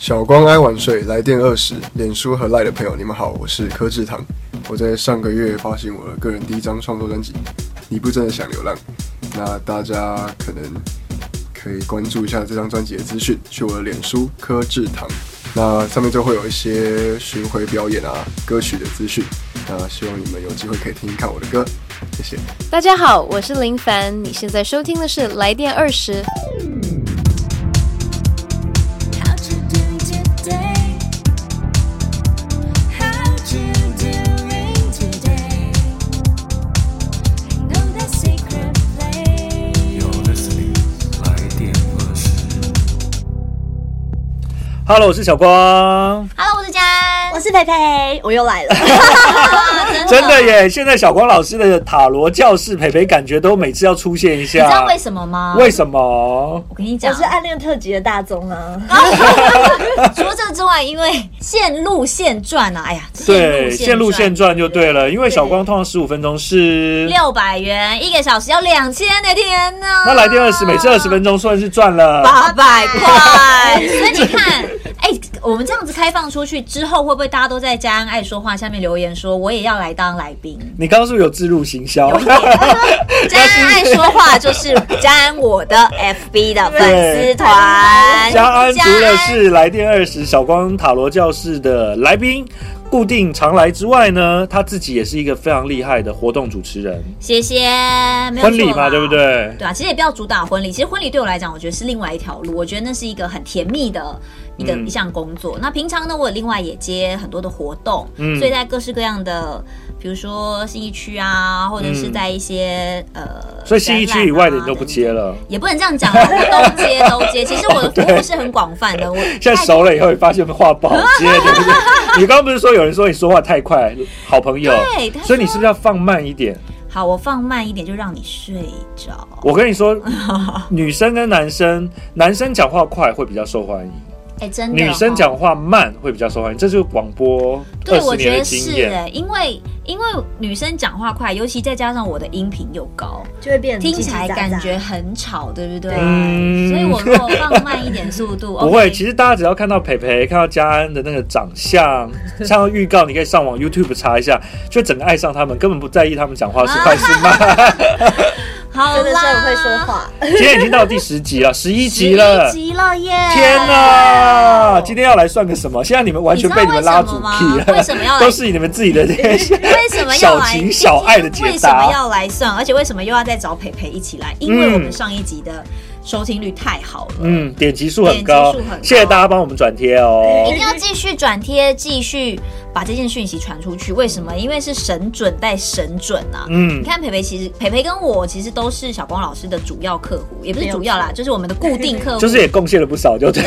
小光哀晚睡，来电二十，脸书和赖的朋友，你们好，我是柯志堂。我在上个月发行我的个人第一张创作专辑《你不真的想流浪》，那大家可能可以关注一下这张专辑的资讯，去我的脸书柯志堂。那上面就会有一些巡回表演啊、歌曲的资讯。那希望你们有机会可以听听看我的歌，谢谢。大家好，我是林凡，你现在收听的是《来电二十》。 How to do today? How to doing today? Know the secret place. You're listening，来电二十。 Hello，我是小光， Hello，我是佳我，是佩佩，我又 来了。真的耶！现在小光老师的塔罗教室，培培感觉都每次要出现一你下，知道为什么吗？啊为什么？我跟你我讲，是暗恋特辑的大宗啊， 除了这个之外，因为线路线转啊，哎呀，对，线线路路线线转转就对了，因为小光通常十五分钟是。六百元一个小时要两千的天呐！那来电二十，每次二十分钟算是赚了。八百 块。所以你看，哎、我们这样子开放出去之后，会不会大家都在家安爱说话下面留言说我也要来当来 宾？你刚刚是不是有自入行销？家安爱说话就是家安我的 FB 的粉丝 团，嘉安除了是来电二十小光塔罗教室的来宾，固定常来之外呢，他自己也是一个非常厉害的活动主持人，谢谢，没有婚礼错嘛，啦对不？对？对啊，其实也不要主打婚礼。其实婚礼对我来讲，我觉得是另外一条路。我觉得那是一个很甜蜜的一个、嗯一项工作。那平常呢，我另外也接很多的活动，嗯所以在各式各样的，比如说信义区啊，或者是嗯在一些、呃，所以西一区以外的你都不展接览啊。了。也不能这样讲啊，我都接都接。其实我的服务是很广泛的，我 现在熟了以后，你发现话 不好接，对不对？你刚刚不是说有人说你说话太快，好朋友对他，所以你是不是要放慢一点？好，我放慢一点，就让你睡着。我跟你 说，女生跟男生，男生讲话快会比较受欢迎，哎、真的、女生。讲话慢会比较受欢迎，这就是广播对，二我十觉年的得经是验。哎、因为因为女生讲话快，尤其再加上我的音频又高，就会变得听起来嗯叽叽喳喳感觉很吵，对不对？嗯所以我如果放慢一点速度， 不会， OK 其实大家只要看到培培，看到嘉安的那个长 相，像预告，你可以上网 YouTube 查一下，就整个爱上他们，根本不在意他们讲话是快是慢。好真的是很啦，会说话，今天已经到第十集 了，十一集了，了，急了耶！天哪！今天要来算个什么？现在你们完全被你们拉主你知道为什么吗为什么要 key 了，来都是你们自己的这些。 为什么要小来？情小爱的解答为什么要来算？而且为什么又要再找培培一起来？因为我们上一集的收听率太好了，嗯，点击数很高，点击数很高谢谢大家帮我们转贴哦一。定要继续转贴，继续把这件讯息传出去。为什么？因为是神准带神准啊！嗯你看培培，其实培培跟我其实都是小光老师的主要客户，也不是主要啦，就是我们的固定客户。就是也贡献了不少，就 对，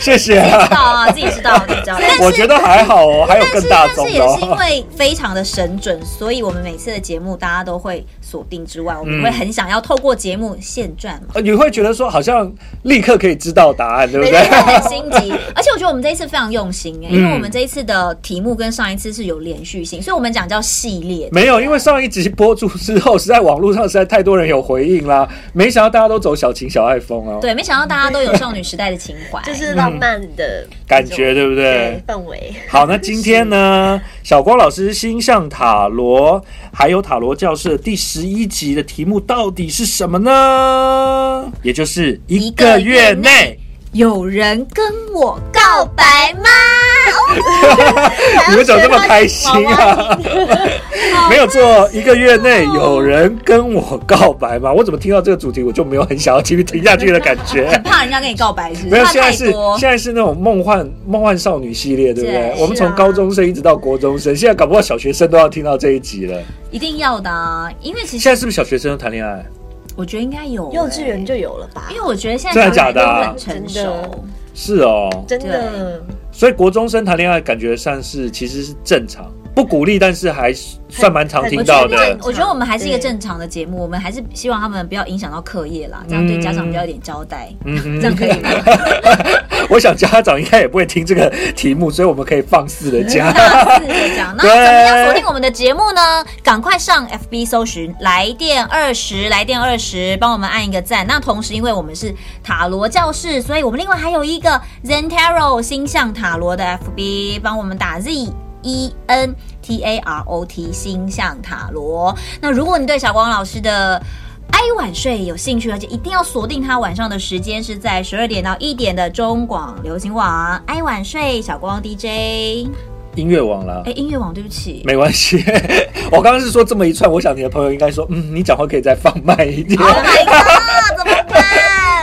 谢谢知道啊。啊，自己知道，自己知道。但 我是觉得还好哦，还有但更是大但众是的也是因哦。为非常的神准，所以我们每次的节目大家都会锁定之外，我们嗯会很想要透过节目现赚嘛。呃你会觉得说好像立刻可以知道答案，对不对，对？很心急，而且我觉得我们这一次非常用心哎、因为我嗯们这一次的题目跟上一次是有连续性，所以我们讲叫系列。没有，因为上一集播出之后，实在网络上实在太多人有回应啦，没想到大家都走小情小爱风哦，对，没想到大家都有少女时代的情怀，就是浪漫的感觉对不对对？氛围。嗯好，那今天 呢，小光老师星象塔罗还有塔罗教室的第十一集的题目到底是什么呢？也就是一个月内，有人跟我告白吗？ 你们怎么这么开心啊？没有错，一个月内有人跟我告白吗？我怎么听到这个主题我就没有很想要继续听下去的感觉 很。 怕人家跟你告白是不没是？有，怕现在太是多。现在是那种梦幻梦幻少女系列，对不对对？我们是啊从高中生一直到国中生，现在搞不好小学生都要听到这一集了。一定要的啊，因为其实现在是不是小学生都谈恋爱？我觉得应该有、欸幼稚园，就有了吧因？为我觉得现在真的假的小啊孩都很成熟，是哦，真的，所以国中生谈恋爱感觉上是其实是正常，不鼓励，但是还算蛮常听我觉到得的我。们我觉得我们还是一个对正常的节目，我们还是希望他们不要影响到课业啦，这样对家长比较有点交代，嗯哼这样可以吗？我想家长应该也不会听这个题目，所以我们可以放肆的讲。 大四就讲，那对怎么样锁定我们的节目呢？赶快上 FB 搜寻“来电二十”，来电二十，帮我们按一个赞。那同时，因为我们是塔罗教室，所以我们另外还有一个 Zentaro 星象塔罗的 FB，帮我们打 Z E N T A R O T 星象塔罗。那如果你对小光老师的哀晚睡有兴趣，而且一定要锁定他晚上的时间是在十二点到一点的中广流行网哀晚睡小光 DJ。音乐网啦哎、，音乐网，对不起。没关系。 我刚刚是说这么一串，我想你的朋友应该说，嗯，你讲话可以再放慢一点。 Oh my god！怎么办？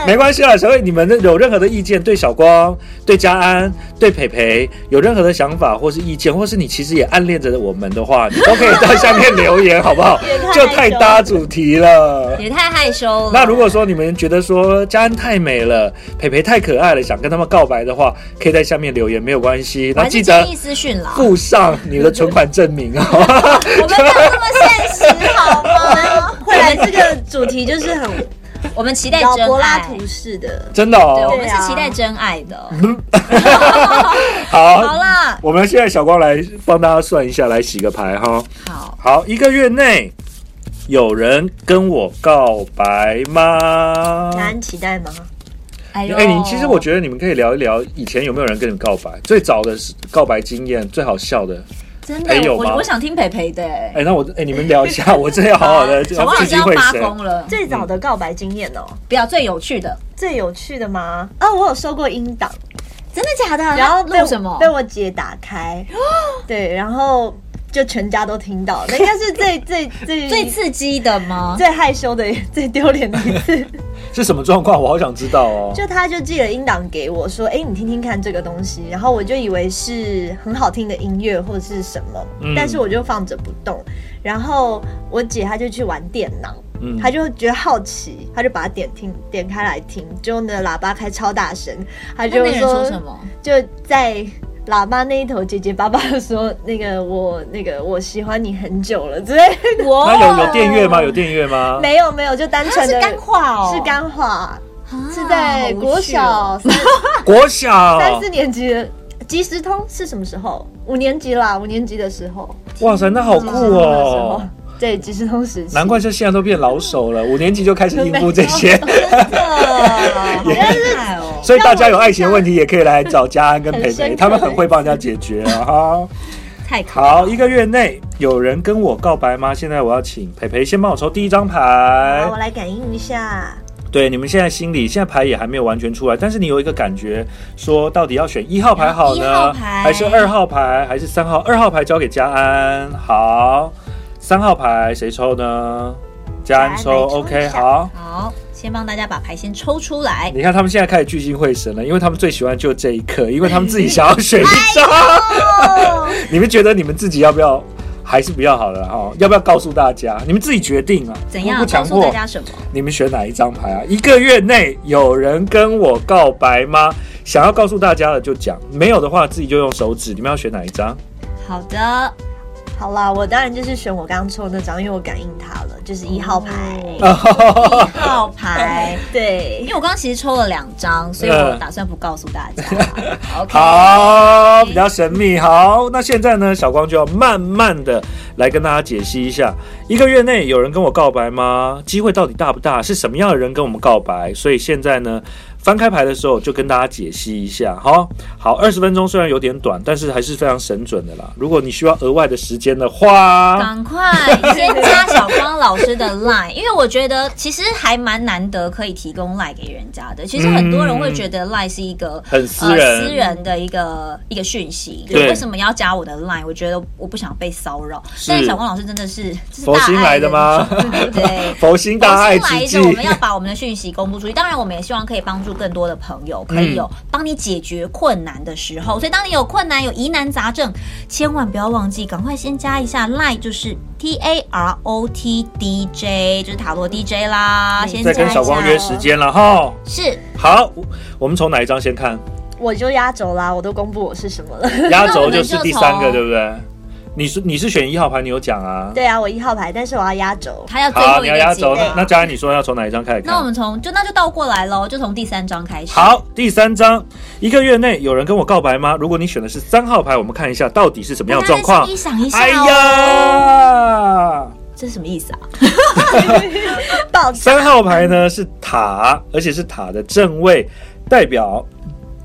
没关系啦，所以你们的有任何的意见，对小光、对嘉安、对培培有任何的想法或是意见，或是你其实也暗恋着我们的话，你都可以在下面留言，好不好也太？就太搭主题了。也太害羞了。那如果说你们觉得说嘉安太美了，培培太可爱了，想跟他们告白的话，可以在下面留言，没有关系。我那还记是得建议私讯啦。附上你的存款证明哦。我们没有那么现实 好吗？会来这个主题就是很我们期待老真柏拉爱。图式的，真的对，我哦。们是期待真爱的。好好，啦，我们现在小光来帮大家算一下，来洗个牌哈。好，好，一个月内有人跟我告白吗？答案期待吗？哎呦，哎、你其实我觉得你们可以聊一聊以前有没有人跟你告白，最早的是告白经验，最好笑的。得真哎有的，我吗我想听培培的。哎哎、那我哎、你们聊一下，我真的要好好 的小王老聚师精要会发神。疯了，最早的告白经验哦，不要最有趣的，最有趣的吗？哦，我有收过音档，真的假的？然后被啊录我什么被？我姐打 开，对，然后就全家都听到，那应该是最最最最刺激的吗？最害羞的、最丢脸的一次。是什么状况？我好想知道哦。就他就寄了音档给我，说：“哎、你听听看这个东西。”然后我就以为是很好听的音乐或者是什么，嗯但是我就放着不动。然后我姐她就去玩电脑，嗯她就觉得好奇，她就把它点听点开来听，结果呢喇叭开超大声，她那就那人说说什么？就在喇叭那一头结结巴巴的说：“那个我那个我喜欢你很久了。”之类的，我那有有电乐吗？有电乐吗？哦没有没有，就单它纯啊是的干话哦，是干话，啊是在国好小无趣哦三国小三四年级的即时通是什么时候？五年级啦，五年级的时候，哇塞，那好酷哦！对，即时通时期。难怪这现在都变老手了，五年级就开始应付这些， 好厉害哦！所以大家有爱情问题也可以来找嘉安跟培很深培，刻他们很会帮人家解决啊哈。太可好，一个月内有人跟我告白吗？现在我要请培培先帮我抽第一张牌好，。啊我来感应一下。对，你们现在心里现在牌也还没有完全出来，但是你有一个感觉，说到底要选一号牌好一号呢，牌还是二号牌，还是三号？二号牌交给嘉安，好，三号牌谁抽呢？嘉安嘉安来抽抽，OK，一下好。好，先帮大家把牌先抽出来。你看他们现在开始聚精会神了，因为他们最喜欢就这一刻，因为他们自己想要选一张。哎 你们觉得你们自己要不要？还是不要好了哈、要不要告诉大家？你们自己决定啊，怎不样？强告迫诉大家什么？你们选哪一张牌啊？一个月内有人跟我告白吗？想要告诉大家的就讲，没有的话自己就用手指。你们要选哪一张？好的，好啦，我当然就是选我刚刚抽那张，因为我感应它了，就是一号牌。一号 牌。对因，为我刚刚其实抽了两张，所以嗯我打算不告诉大 家。OK，好，比较神秘。好，那现在呢，小光就要慢慢的来跟大家解析一下，一个月内有人跟我告白吗？机会到底大不大？是什么样的人跟我们告白？所以现在呢，翻开牌的时候就跟大家解析一下。好，好，二十分钟虽然有点短，但是还是非常神准的啦。如果你需要额外的时间的话，赶快先加小光老师的 line，因为我觉得其实还蛮难得可以提供 line 给人家的。其实很多人会觉得 line 是一个呃很嗯哦私人私人的一个一个讯息，对为什么要加我的 line？我觉得我不想被骚扰。是但是小光老师真的是这是佛大心爱来的吗人 种 对。佛心大爱我是之来际着，我，们要把我们的讯息公布出去。当然，我们也希望可以帮助更多的朋友，可以有帮你解决困难的时候。所以，当你有困难、有疑难杂症，千万不要忘记，赶快先加一下 Line，就是 T A R O T D J，就是塔罗 DJ 啦。先嗯再加跟一小光约下，时间了哈。是好，我们从哪一张先看？ 我就压轴啦，我都公布我是什么了。 压轴就是第三个，对不对？你是你是选一号牌，你有讲啊？对啊，我一号牌，但是我要压轴。他要最好，后你一要个压结轴尾。。那佳安，你说要从哪一张开始看？那我们从就那就倒过来喽，就从第三章开始。，好，第三章，一个月内有人跟我告白吗？如果你选的是三号牌，我们看一下到底是什么样的状况一。想一下、哦，哎，呀，这是什么意思啊？爆炸三号牌呢是塔，而且是塔的正位，代表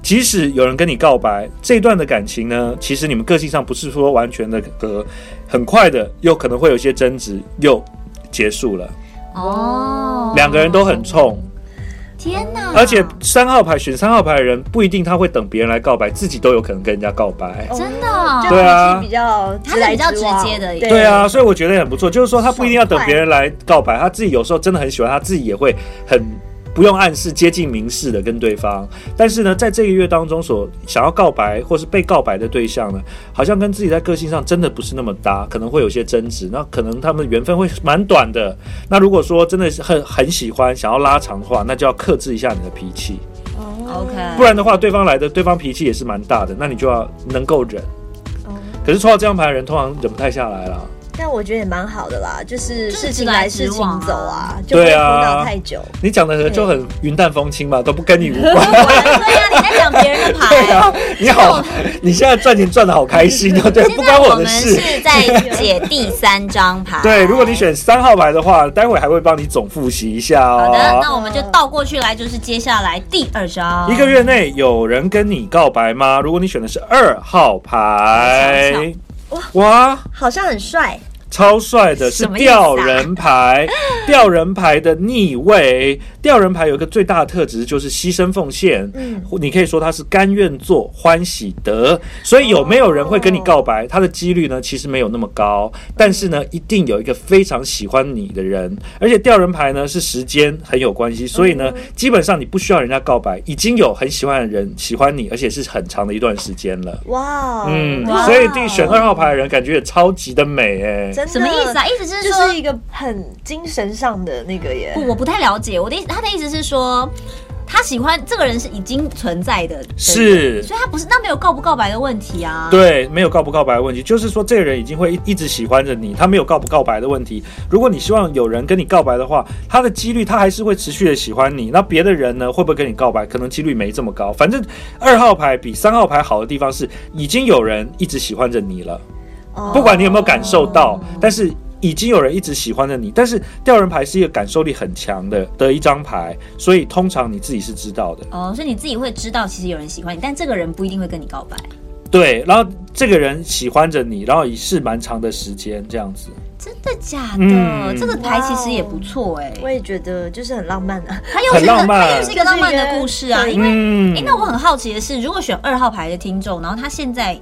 即使有人跟你告白，这段的感情呢，其实你们个性上不是说完全的合，很快的又可能会有一些争执，又结束了，哦，两个人都很冲，天哪！嗯而且三号牌选三号牌的人不一定他会等别人来告白，自己都有可能跟人家告白。真的哦这对啊样是比较直来他是直比较往直接的对啊，，所以我觉得很不错，就是说他不一定要等爽快别人来告白，他自己有时候真的很喜欢，他自己也会很不用暗示，接近明示的跟对方。但是呢，在这个月当中所想要告白或是被告白的对象呢，好像跟自己在个性上真的不是那么搭，可能会有些争执，那可能他们的缘分会蛮短的。那如果说真的是很很喜欢，想要拉长的话，那就要克制一下你的脾气， OK，不然的话，对方来的对方脾气也是蛮大的，那你就要能够忍。哦可是抽到这张牌的人，通常忍不太下来啦。但我觉得也蛮好的啦，就就是是事直情来来直事情往啊走啊，就不会对拖啊到太久。你讲的就很云淡风轻嘛，都不跟你无关。 对呀、你在讲别人的牌、对啊，你好，你现在赚钱赚的好开心 哦，对，不现在关我的们事。是在解第三张牌。 对，如果你选三号牌的话，待会还会帮你总复习一下好的，哦。那我们就倒过去来，就是接下来第二张。一个月内有人跟你告白吗？如果你选的是二号牌，哇，好像很帅，超帅的，是什么意思啊吊人 牌，吊人牌的逆位，吊人牌有一个最大的特质就是牺牲奉献，嗯或你可以说他是甘愿做，欢喜得，所以有没有人会跟你告白，哦他的几率呢其实没有那么高，但是嗯呢一定有一个非常喜欢你的人，而且吊人牌呢是时间很有关嗯系，所以呢基本上你不需要人家告白，已经有很喜欢的人喜欢你，而且是很长的一段时间了。哇哦，嗯哇，所以第选二号牌的人感觉也超级的美哎、真的什么意思啊？？意思就是就说，是一个很精神上的那个耶不，，我不太了解。我的意他的意思是说，他喜欢这个人是已经存在的，是所以他不是那没有告不告白的问题啊。，对，没有告不告白的问题，就是说这个人已经会一一直喜欢着你，他没有告不告白的问题。如果你希望有人跟你告白的话，他的几率他还是会持续的喜欢你。那别的人呢，会不会跟你告白？可能几率没这么高。反正二号牌比三号牌好的地方是，已经有人一直喜欢着你了，哦不管你有没有感受到，但是。已经有人一直喜欢着你，但是吊人牌是一个感受力很强的的一张牌，所以通常你自己是知道的。哦，所以你自己会知道，其实有人喜欢你，但这个人不一定会跟你告白。对，然后这个人喜欢着你，然后也是蛮长的时间这样子。真的假的？嗯这个牌其实也不错哎、我也觉得就是很浪漫啊。它又是很一个，浪漫它又是一个浪漫的故事啊。就是一因个为，嗯哎、那我很好奇的是，如果选二号牌的听众，然后他现在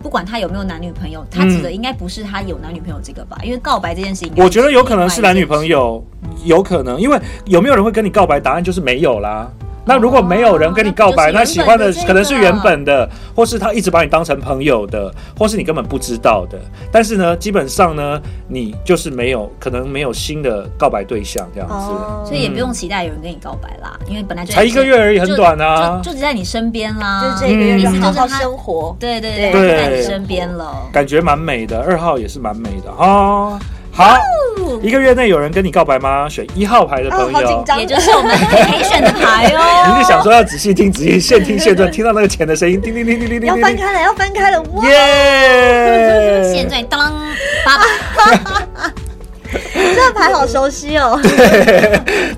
不管他有没有男女朋友，他指的应该不是他有男女朋友这个吧？因为告白这件事情，嗯我觉得有可能是男女朋。友，有可能，因为有没有人会跟你告白？答案就是没有啦。那如果没有人跟你告白，哦那那喜就是欢的原本的这个可能是原本的，或是他一直把你当成朋友的，或是你根本不知道的。但是呢，基本上呢，你就是没有，可能没有新的告白对象这样子。哦，所以也不用期待有人跟你告白啦，因为本来就嗯才一个月而已，就很短啊就，就只在你身边啦。 就是这个月就嗯好好生活。对对对，对就在你身边了。感觉蛮美的。二号也是蛮美的哈、哦。好，一个月内有人跟你告白吗？选一号牌的哦，朋好友。紧张，也就是我们陪选的牌 哦。你是想说要仔细听，仔细现听现赚，听到那个钱的声音，叮叮叮叮叮要叮翻叮，开了，要翻开了，哇！耶！现在当八八这牌好熟悉 哦，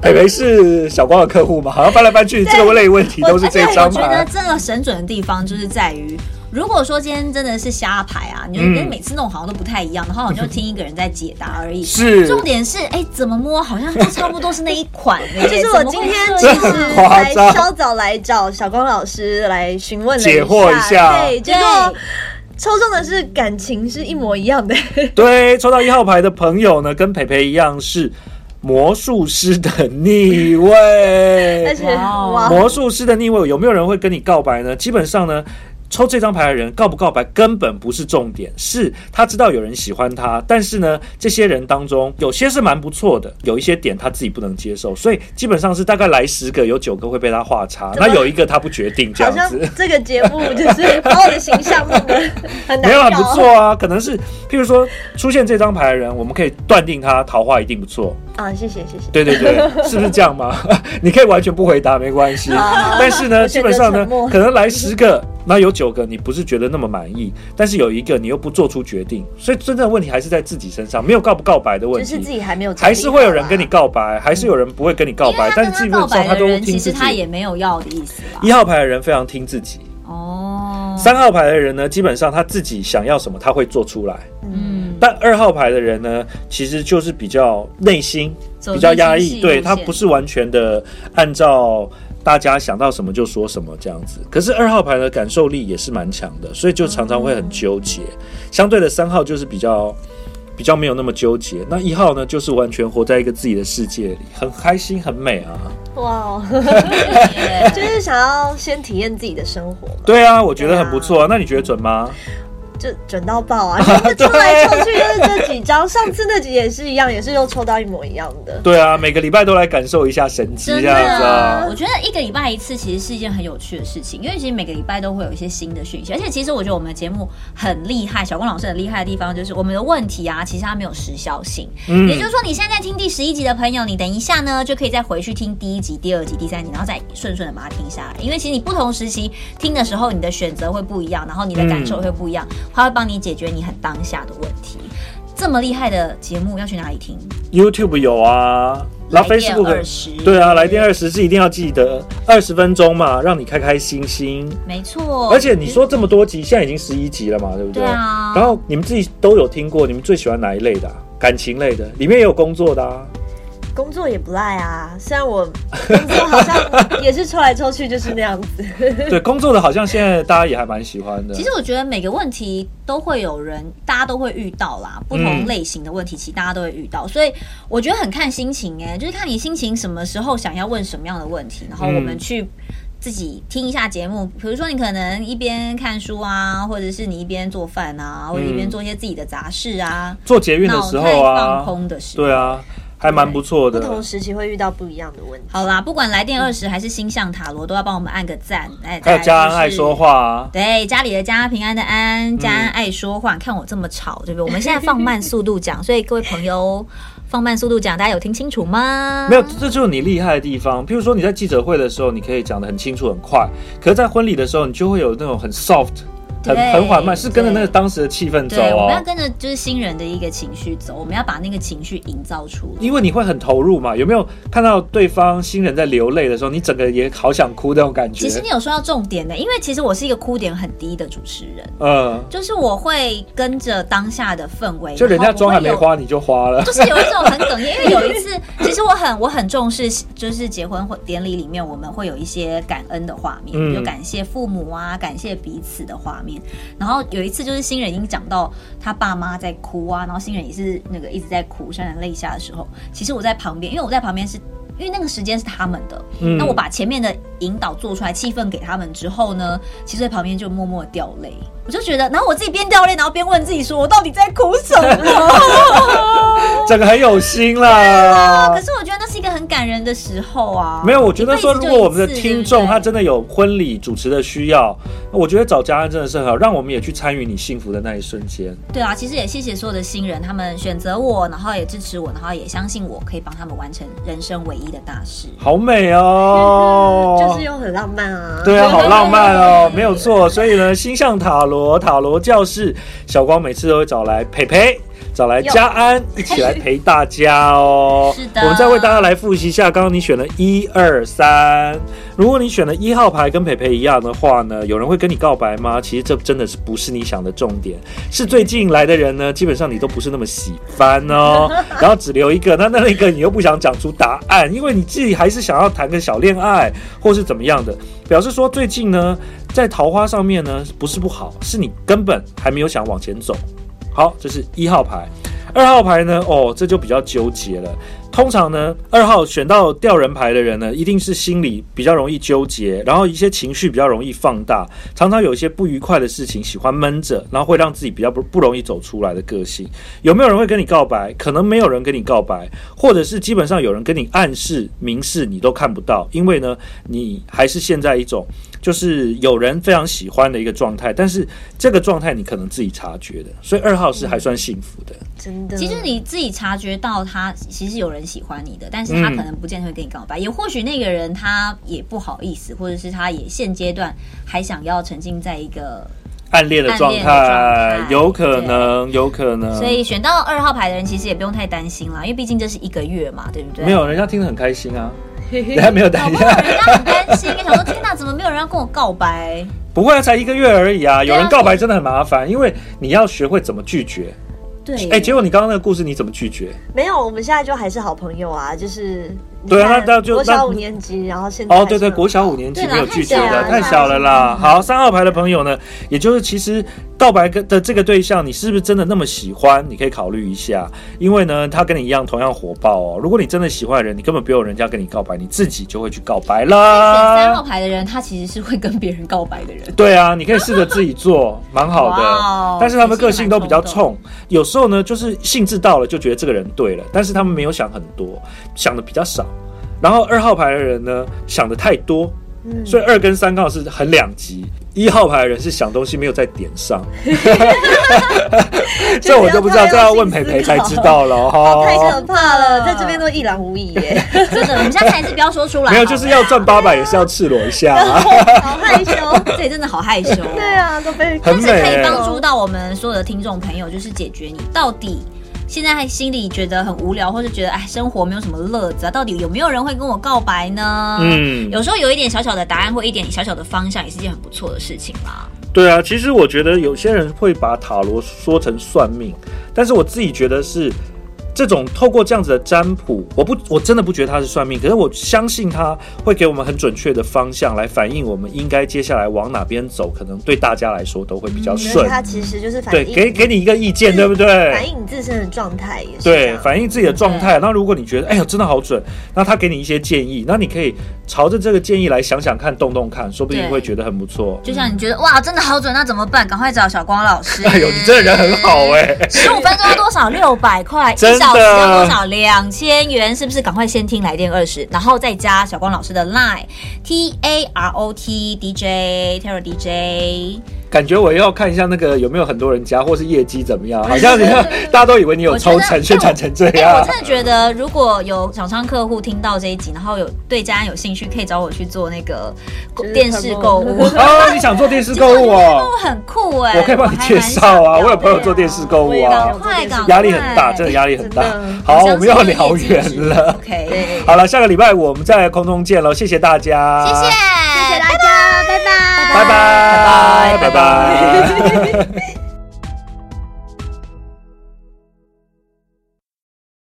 北北是小光的客户嘛，好像翻来翻去，这个类问题都是这而且张我觉得牌。这个神准的地方就是在于，如果说今天真的是瞎牌啊，你就跟嗯每次弄好像都不太一样，然后我就听一个人在解答而已。是重点是，哎，怎么摸好像都差不多是那一款 的耶。就是我今天怎么会其这样实夸来张稍早来找小光老师来询问了解惑一下对，结果抽中的是感情是一模一样的， 对，抽到一号牌的朋友呢，跟培培一样是魔术师的逆而位。且哇哦 哇，魔术师的逆位有没有人会跟你告白呢？基本上呢，抽这张牌的人告不告白根本不是重点，是他知道有人喜欢他，但是呢，这些人当中有些是蛮不错的，有一些点他自己不能接受，所以基本上是大概来十个有九个会被他画叉，怎么那有一个他不决定这好样像子。这个节目就是把我的形象弄得很 难没有很不搞错啊，可能是譬如说出现这张牌的人，我们可以断定他桃花一定不错，啊！谢谢谢谢。对对对， 是不是这样嘛？ 你可以完全不回答，没关系。但是呢，我基选择本上呢沉默，可能来十个，那有九个你不是觉得那么满意，但是有一个你又不做出决定，所以真正的问题还是在自己身上，没有告不告白的问就是自题。己还没有整理好啊，还是会有人跟你告白，还是有人不会跟你告因为白，他但啊跟基他本告上白他的都人，听其自实他也己。没有要的意思吧？一号牌的人非常听自己，哦，三号牌的人呢，基本上他自己想要什么他会做出来，嗯，但二号牌的人呢，其实就是比较内心走比较压内心抑，戏对路他线不是完全的按照大家想到什么就说什么这样子。可是二号牌的感受力也是蛮强的，所以就常常会哦很纠结。相对的三号就是比较比较没有那么纠结，那一号呢就是完全活在一个自己的世界里，很开心很美啊。哇 哦，耶就是想要先体验自己的生活嘛，对啊，我觉得很不错、啊。那你觉得准吗？就准到爆 啊！就抽来抽去就是这几张，上次那集也是一样，也是又抽到一模一样的。对啊，每个礼拜都来感受一下神机这真样子的，啊我。觉得一个礼拜一次其实是一件很有趣的事情，因为其实每个礼拜都会有一些新的讯息，而且其实我觉得我们的节目很厉害，小光老师很厉害的地方就是我们的问题啊，其实它没有时效性，嗯也就是说你现在听第十一集的朋友，你等一下呢就可以再回去听第一集、第二集、第三集，然后再顺顺的把它听下来，因为其实你不同时期听的时候，你的选择会不一样，然后你的感受会不一样，它会帮你解决你很当下的问题。这么厉害的节目要去哪里听？ YouTube 有啊，然后来电 Facebook 二十，对啊，来电二十是一定要记得二十分钟嘛，让你开开心心。没错，而且你说这么多集，现在已经十一集了嘛，对不对？哦对啊然后你们自己都有听过，你们最喜欢哪一类的啊、感情类的，里面也有工作的 啊。工作也不赖啊，虽然我工作好像也是抽来抽去就是那样子。对，工作的好像现在大家也还蛮喜欢的。其实我觉得每个问题都会有人，大家都会遇到啦，不同类型的问题，其实大家都会遇到，所以我觉得很看心情哎、就是看你心情什么时候想要问什么样的问题，然后我们嗯去。自己听一下节目，比如说你可能一边看书啊，或者是你一边做饭啊，或者一边做一些自己的杂事啊，做捷运嗯的脑时袋候放啊，空的时候。对啊，还蛮不错不的。同时期会遇到不一样的问题。好啦，不管来电二十还是星象塔罗，都要帮我们按个赞。哎，还再有来家安就是爱说话啊，对，家里的家，平安的安，家安爱说话。看我这么吵， 对不对？我们现在放慢速度讲，所以各位朋友，放慢速度讲，大家有听清楚吗？没有，这就是你厉害的地方。譬如说你在记者会的时候，你可以讲得很清楚很快，可是在婚礼的时候，你就会有那种很 soft。很对很缓慢，是跟着那个对当时的气氛走对，我哦们要，跟着就是新人的一个情绪走，我们要把那个情绪营造出来。因为你会很投入嘛。有没有看到对方新人在流泪的时候，你整个也好想哭那种感觉其？实你有说到重点的，因为其实我是一个哭点很低的主持人，嗯，就是我会跟着当下的氛围，就人家然后妆还没我会有花你就花 了，就是有一种很哽咽，因为有一次， 其实我很我很重视，就是结婚或典礼里面我们会有一些感恩的画面，嗯就感谢父母啊，感谢彼此的画面。然后有一次就是新人已经讲到他爸妈在哭啊，然后新人也是那个一直在哭，潸然泪下的时候，其实我在旁边，因为我在旁边是。因为那个时间是他们的，嗯那我把前面的引导做出来，气氛给他们之后呢，其实在旁边就默默掉泪，我就觉得，然后我自己边掉泪，然后边问自己说，我到底在哭什么？ 整个很有心啦可。是我觉得那是一个很感人的时候啊。啊没有，我觉得说，一如辈子就果我们的一次听众他真对啊的有婚礼主持的需要，我觉得找家安真的是很好，让我们也去参与你幸福的那一瞬间。不对对啊，其实也谢谢所有的新人，他们选择我，然后也支持我，然后也相信我可以帮他们完成人生唯一的大事。好美哦，就是又很浪漫啊。对啊，好浪漫哦，没有错。所以呢，星象塔罗塔罗教室，小光每次都会找来培培。找来哟嘉安一起来陪大家哦。 是的我们再为大家来复习一下，刚刚你选了一二三。如果你选了一号牌跟培培一样的话呢，有人会跟你告白吗？其实这真的是不是你想的重点，是最近来的人呢，基本上你都不是那么喜欢 哦。然后只留一个，那那一个你又不想讲出答案，因为你自己还是想要谈个小恋爱或是怎么样的，表示说最近呢，在桃花上面呢不是不好，是你根本还没有想往前走。好，这是一号牌。二号牌呢？哦，这就比较纠结了。通常呢，二号选到吊人牌的人呢，一定是心里比较容易纠结，然后一些情绪比较容易放大，常常有一些不愉快的事情喜欢闷着，然后会让自己比较不不容易走出来的个性。有没有人会跟你告白？可能没有人跟你告白，或者是基本上有人跟你暗示、明示，你都看不到，因为呢，你还是现在一种就是有人非常喜欢的一个状态，但是这个状态你可能自己察觉的，所以二号是还算幸福嗯的。真的。其实你自己察觉到他其实有人喜欢你的，但是他嗯可能不见得会跟你告白，也或许那个人他也不好意思，或者是他也现阶段还想要沉浸在一个，暗恋的状暗态恋的状态，有可能，有可能。所以选到二号牌的人其实也不用太担心啦，因为毕竟这是一个月嘛，对不对？没，有人家听得很开心啊，嘿嘿人家没有搞担不心好，人家很担心，想说天哪，怎么没有人要跟我告白？不会啊，才一个月而已啊。有人对啊告白真的很麻烦，因为你要学会怎么拒绝。对，哎，结果你刚刚那个故事你怎么拒绝？没有，我们现在就还是好朋友啊，就是对啊你看那那就国小那五年级，然后现在哦，还对是对，很国小五年级对啦没有拒绝太小的，了太小了啦。好，三号牌的朋友呢，也就是其实告白跟的这个对象，你是不是真的那么喜欢？你可以考虑一下，因为呢，他跟你一样同样火爆哦。如果你真的喜欢的人，你根本不用人家跟你告白，你自己就会去告白选啦。三号牌的人，他其实是会跟别人告白的人。 对啊，你可以试着自己做，蛮好的。哇哦但是他们个性都比较冲，有时候呢，就是兴致到了就觉得这个人对了，但是他们没有想很多，想的比较少。然后二号牌的人呢，想的太多，嗯所以二跟三刚好是很两极。一号牌的人是想东西没有在点 上，这我就不知道，这要问培培才知道了哦。太可怕了，在这边都一览无遗 耶，真的，我们现在还是不要说出来。没有，就是要赚八百也是要赤裸一下、啊。好害羞。这里真的好害羞。对啊，都被很这美可以欸帮助到我们所有的听众朋友，就是解决你到底现在心里觉得很无聊，或者觉得哎生活没有什么乐子啊，到底有没有人会跟我告白呢？嗯有时候有一点小小的答案或一点小小的方向，也是一件很不错的事情啦。对啊，其实我觉得有些人会把塔罗说成算命，但是我自己觉得是这种透过这样子的占卜，我不我真的不觉得它是算命，可是我相信它会给我们很准确的方向来反映我们应该接下来往哪边走，可能对大家来说都会比较所顺以。它其实就是反嗯对，映给给你一个意见，嗯对不对？反映你自身的状态也是这对，样嗯反映自己的状态。那如果你觉得，哎呀，真的好准，那他给你一些建议，那你可以朝着这个建议来想想看，动动看，说不定对会觉得很不错。就像你觉得哇，真的好准，那怎么办？赶快找小光老师。 哎呦，你这个人很好哎、十五分钟要多少？六百块，一真的小时要多少？两千元，是不是？赶快先听来电二十，然后再加小光老师的 line T A R O T D J Taro DJ。感觉我要看一下那个有没有很多人加，或是业绩怎么样。好像你看， 大家都以为你有抽成，宣传 成这哎我样真。的觉得，如果有厂商客户听到这一集，然后有对家人有兴趣，可以找我去做那个是电视购 物。哦，你想做电视购物购哦物？很酷哎、我可以帮你介绍啊，我有朋友做电视购我物也啊当，快赶快压力很大，真的压力很大哎真的。好，我们又聊远了。 OK，好了，下个礼拜我们在空中见喽，谢谢大家，谢谢，谢谢大家，拜拜拜拜，拜拜，拜拜。